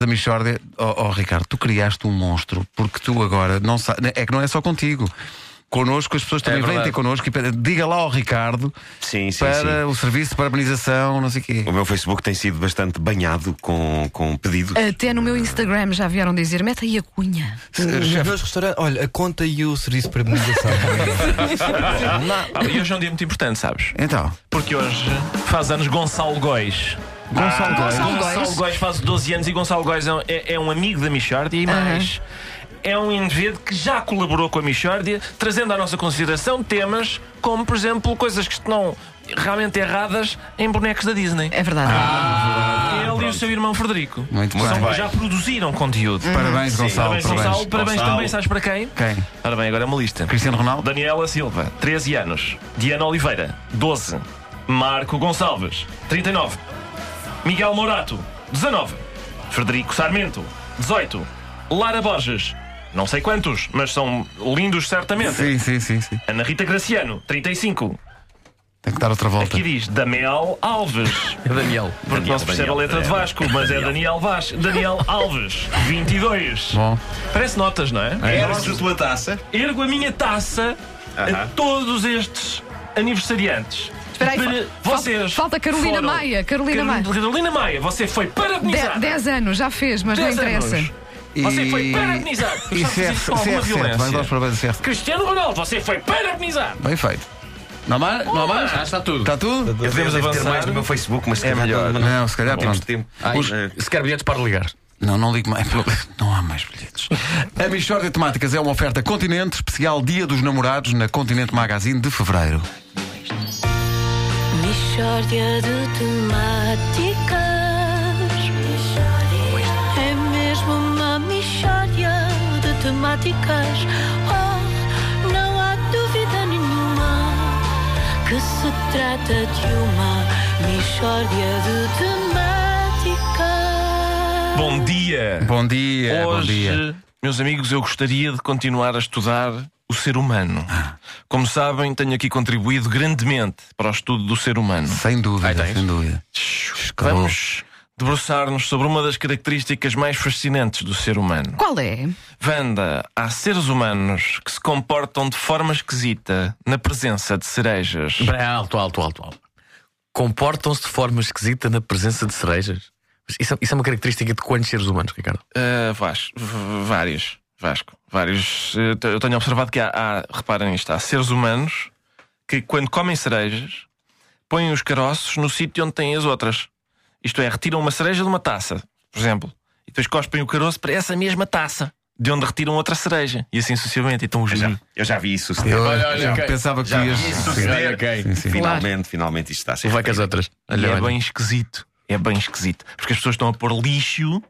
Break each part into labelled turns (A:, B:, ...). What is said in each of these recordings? A: da Michórdia, oh, oh, Ricardo, tu criaste um monstro porque tu agora não sabes. É que não é só contigo. Connosco, as pessoas
B: É
A: também vêm
C: verdade.
A: ter connosco e pedem, diga lá ao Ricardo
C: Sim, sim,
A: para
C: sim.
A: o serviço de parabenização, não sei o quê.
C: O meu Facebook tem sido bastante banhado com, com pedidos.
A: É,
D: Até no meu Instagram já vieram dizer: mete aí a cunha.
E: Nos meus restaurantes, olha, a conta e o serviço de parabenização.
B: Pá, E hoje é um dia muito importante, sabes?
A: Então,
B: Porque hoje faz anos Gonçalo Góis.
A: Gonçalo
B: Ah,
A: Góis.
D: Gonçalo Góis.
B: Gonçalo Góis faz 12 anos e Gonçalo Góis é, um- é- é um amigo da Michórdia e mais. É um indivíduo que já colaborou com a Michórdia, trazendo à nossa consideração temas como, por exemplo, coisas que estão realmente erradas em bonecos da Disney.
D: É verdade.
B: Ah, Ele e o seu irmão Frederico.
A: Muito
B: São-
A: bem.
B: Já produziram conteúdo.
A: Parabéns, Gonçalo.
B: Parabéns, Gonçalo. Parabéns
C: Gonçalo.
B: também, sabes para quem?
A: Quem?
B: Ora bem, agora é uma lista.
A: Cristiano Ronaldo?
B: Daniela Silva, 13 anos. Diana Oliveira, 12. Marco Gonçalves, 39. Miguel Morato, 19. Frederico Sarmento, 18. Lara Borges, não sei quantos, mas são lindos certamente.
A: Sim, sim, sim, sim.
B: Ana Rita Graciano, 35.
A: Tem que dar outra volta.
B: Aqui diz Daniel Alves.
E: É Daniel.
B: Porque não se percebe a letra de Vasco, mas é Daniel Vaz. Daniel Alves, 22.
A: Bom,
B: Parece notas, não é?
C: Eras a tua taça?
B: Ergo a minha taça a
C: Aham.
B: todos estes aniversariantes.
D: Espera aí,
B: Para
D: fa- falta-
B: vocês.
D: falta Carolina
B: foram-
D: Maia, Carolina Maia.
B: Carolina Maia, você foi parabenizada.
D: 10 anos, já fez, mas não
B: Dez
D: interessa.
B: anos. Você foi parabenizado.
A: E
B: Sabes
A: CF,
B: isso com
A: CF7, vamos
B: alguma
A: dar os
B: violência.
A: parabéns a CF.
B: Cristiano Ronaldo, você foi parabenizado.
A: Bem feito. Não há mais? Não há mais?
F: está tudo.
A: Está tudo?
C: Eu devo ter mais no meu Facebook, mas se calhar
F: É melhor.
C: não-
A: Não, se
F: Tá
A: calhar
C: temos
A: pronto.
C: tempo.
F: Ai,
C: Os-
F: eh, se quer bilhetes, para ligar.
A: Não, não ligo mais. Não há mais bilhetes. A Michórdia de Temáticas é uma oferta Continente, especial Dia dos Namorados, na Continente Magazine de Fevereiro.
G: Mishória de temáticas É mesmo uma mishória de temáticas Oh, não há dúvida nenhuma Que se trata de uma mishória de temáticas
B: Bom dia.
A: Bom dia, É, bom dia.
B: Hoje, meus amigos, eu gostaria de continuar a estudar o ser humano.
A: Ah.
B: Como sabem, tenho aqui contribuído grandemente para o estudo do ser humano.
A: Sem dúvida, sem dúvida. Então,
B: Vamos debruçar-nos sobre uma das características mais fascinantes do ser humano.
D: Qual é?
B: Vanda, há seres humanos que se comportam de forma esquisita na presença de cerejas.
F: Espera, aí, alto, alto, alto, alto. Comportam-se de forma esquisita na presença de cerejas. Mas Isso, é- isso é uma característica de quantos seres humanos, Ricardo?
B: Ah, Vas- v- vários. Vasco, vários. Eh, te- Eu tenho observado que há, há- reparem nisto, há seres humanos que, quando comem cerejas, põem os caroços no sítio onde têm as outras. Isto é, retiram uma cereja de uma taça, por exemplo, e depois cospem o caroço para essa mesma taça, de onde retiram outra cereja, e assim sucessivamente. Então os.
C: Eu
F: é.
C: já- Eu já vi isso.
A: Eu
F: Olha, olha,
A: já
F: ok.
A: pensava que
C: Já
A: tu
C: vi
A: ias.
C: isso
A: Sim,
C: suceder.
F: ok.
A: sim, sim.
C: Finalmente, finalmente isto está a ser.
F: Vai com as outras.
B: E
F: Olha,
B: é
F: olha.
B: bem esquisito. É bem esquisito. Porque as pessoas estão a pôr lixo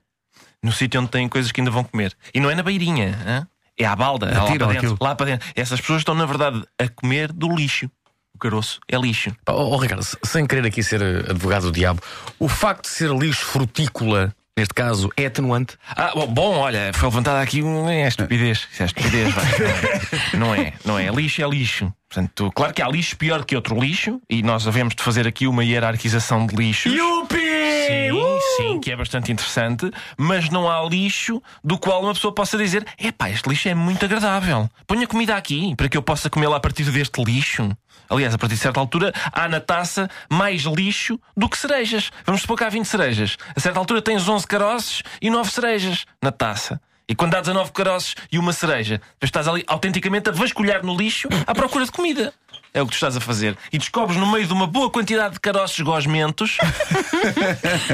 B: no sítio onde têm coisas que ainda vão comer. E não é na beirinha, hã? é à balda, é lá
A: Atiram
B: para, dentro,
A: aquilo.
B: lá para dentro. Essas pessoas estão, na verdade, a comer do lixo. O caroço é lixo.
F: Pá, ó, ó, Ricardo, se- sem querer aqui ser eh, advogado do diabo, o facto de ser lixo frutícola, neste caso, é atenuante.
B: Ah, bom, bom, olha, foi levantada aqui um- é estupidez. Isso é estupidez, vai. Não é, não é. Lixo é lixo. Portanto, claro que há lixo pior que outro lixo, e nós havemos de fazer aqui uma hierarquização de lixos. Sim, sim, que é bastante interessante, mas não há lixo do qual uma pessoa possa dizer: epá, este lixo é muito agradável. Ponha comida aqui para que eu possa comê-la a partir deste lixo. Aliás, a partir de certa altura, há na taça mais lixo do que cerejas. Vamos supor que há 20 cerejas. A certa altura tens 11 caroços e 9 cerejas na taça. E quando há 19 caroços e uma cereja, depois estás ali autenticamente a vasculhar no lixo à procura de comida. É o que tu estás a fazer. E descobres no meio de uma boa quantidade de caroços gosmentos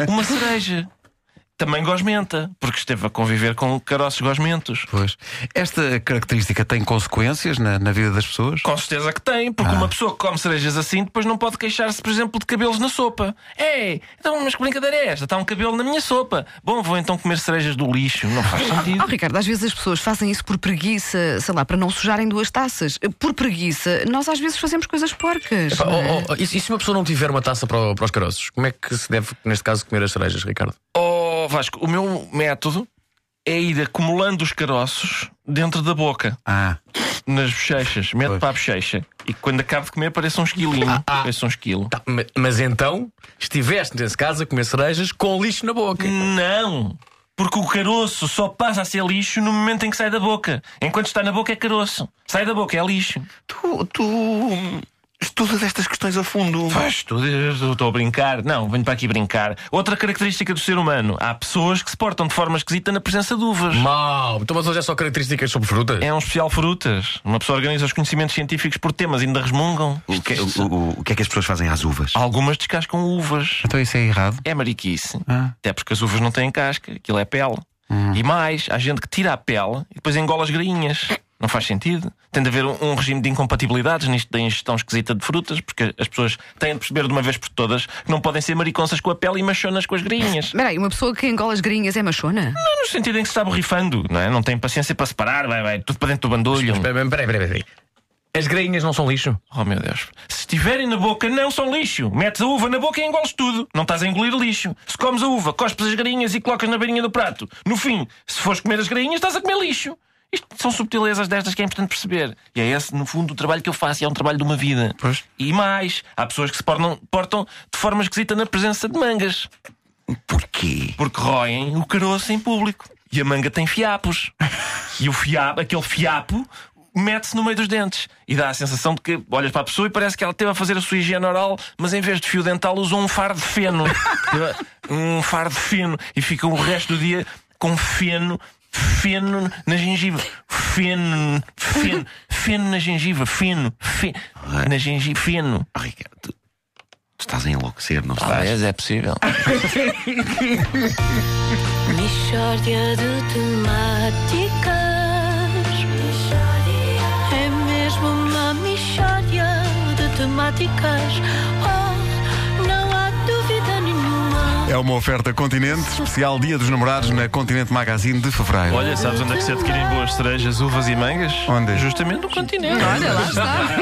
B: uma cereja. Também gosmenta, porque esteve a conviver com caroços gosmentos.
A: Pois. Esta característica tem consequências na, na vida das pessoas?
B: Com certeza que tem, porque uma pessoa que come cerejas assim depois não pode queixar-se, por exemplo, de cabelos na sopa. Ei, então, mas que brincadeira é esta? Está um cabelo na minha sopa. Bom, vou então comer cerejas do lixo. Não faz
D: Oh,
B: sentido.
D: Ricardo, às vezes as pessoas fazem isso por preguiça, sei lá, para não sujarem duas taças. Por preguiça, nós às vezes fazemos coisas porcas.
F: Pá,
B: oh.
D: não é?
F: ó, ó, Oh, e, se- e se uma pessoa não tiver uma taça para, o- para os caroços, como é que se deve, neste caso, comer as cerejas, Ricardo?
B: Oh, Vasco, o meu método é ir acumulando os caroços dentro da boca,
A: Ah,
B: nas bochechas. Mete
A: Pois.
B: para a bochecha. E quando acabo de comer, parece um esquilinho. Parece um esquilo.
F: Tá, ma- mas então, estiveste, nesse caso, a comer cerejas com lixo na boca.
B: Não! Porque o caroço só passa a ser lixo no momento em que sai da boca. Enquanto está na boca é caroço. Sai da boca é lixo.
C: Tu, tu estudas estas questões a fundo.
B: Pois, tu- eu estou a brincar. Não, venho para aqui brincar. Outra característica do ser humano: há pessoas que se portam de forma esquisita na presença de uvas.
F: Mau! Então, mas hoje é só características sobre frutas?
B: É um especial frutas. Uma pessoa organiza os conhecimentos científicos por temas e ainda resmungam.
C: O que, o- o- o que é que as pessoas fazem às uvas?
B: Algumas descascam uvas.
A: Então isso é errado.
B: É mariquice.
A: Ah.
B: Até porque as uvas não têm casca, aquilo é pele. E mais, há gente que tira a pele e depois engola as grainhas. Não faz sentido. Tem de haver um, um regime de incompatibilidades nisto da ingestão esquisita de frutas, porque as pessoas têm de perceber de uma vez por todas que não podem ser mariconças com a pele e machonas com as grainhas.
D: Espera aí, uma pessoa que engola as grinhas é machona?
B: Não no sentido em que se está borrifando, não é? Não tem paciência para separar, vai, vai, tudo para dentro do bandolho.
F: Peraí, peraí, peraí, peraí. É, As grainhas não são lixo?
B: Oh meu Deus. Se estiverem na boca, não são lixo. Metes a uva na boca e engoles tudo. Não estás a engolir lixo. Se comes a uva, cospes as grainhas e colocas na beirinha do prato. No fim, se fores comer as grainhas, estás a comer lixo. Isto são subtilezas destas que é importante perceber. E é esse, no fundo, o trabalho que eu faço. E é um trabalho de uma vida.
A: Pois.
B: E mais, há pessoas que se portam, portam de forma esquisita na presença de mangas.
C: Porquê?
B: Porque roem o caroço em público. E a manga tem fiapos. E o fiapo, aquele fiapo, mete-se no meio dos dentes. E dá a sensação de que olhas para a pessoa e parece que ela esteve a fazer a sua higiene oral, mas em vez de fio dental usou um faro de feno. um faro de feno. E fica o resto do dia com feno. Feno na gengiva. Feno. Feno. Feno na gengiva. Feno. Feno. Na gengiva. Feno.
A: Ah.
C: Oh, Ricardo, tu, tu estás a enlouquecer, não estás?
B: Talvez é possível.
G: Mishória de temáticas. É mesmo uma mishória de temáticas. Oh, não há dúvida nenhuma.
A: É uma oferta Continente, especial Dia dos Namorados na Continente Magazine de Fevereiro.
B: Olha, sabes onde é que se adquirem boas cerejas, uvas e mangas?
A: Onde?
B: Justamente no continente.
D: Olha, lá está.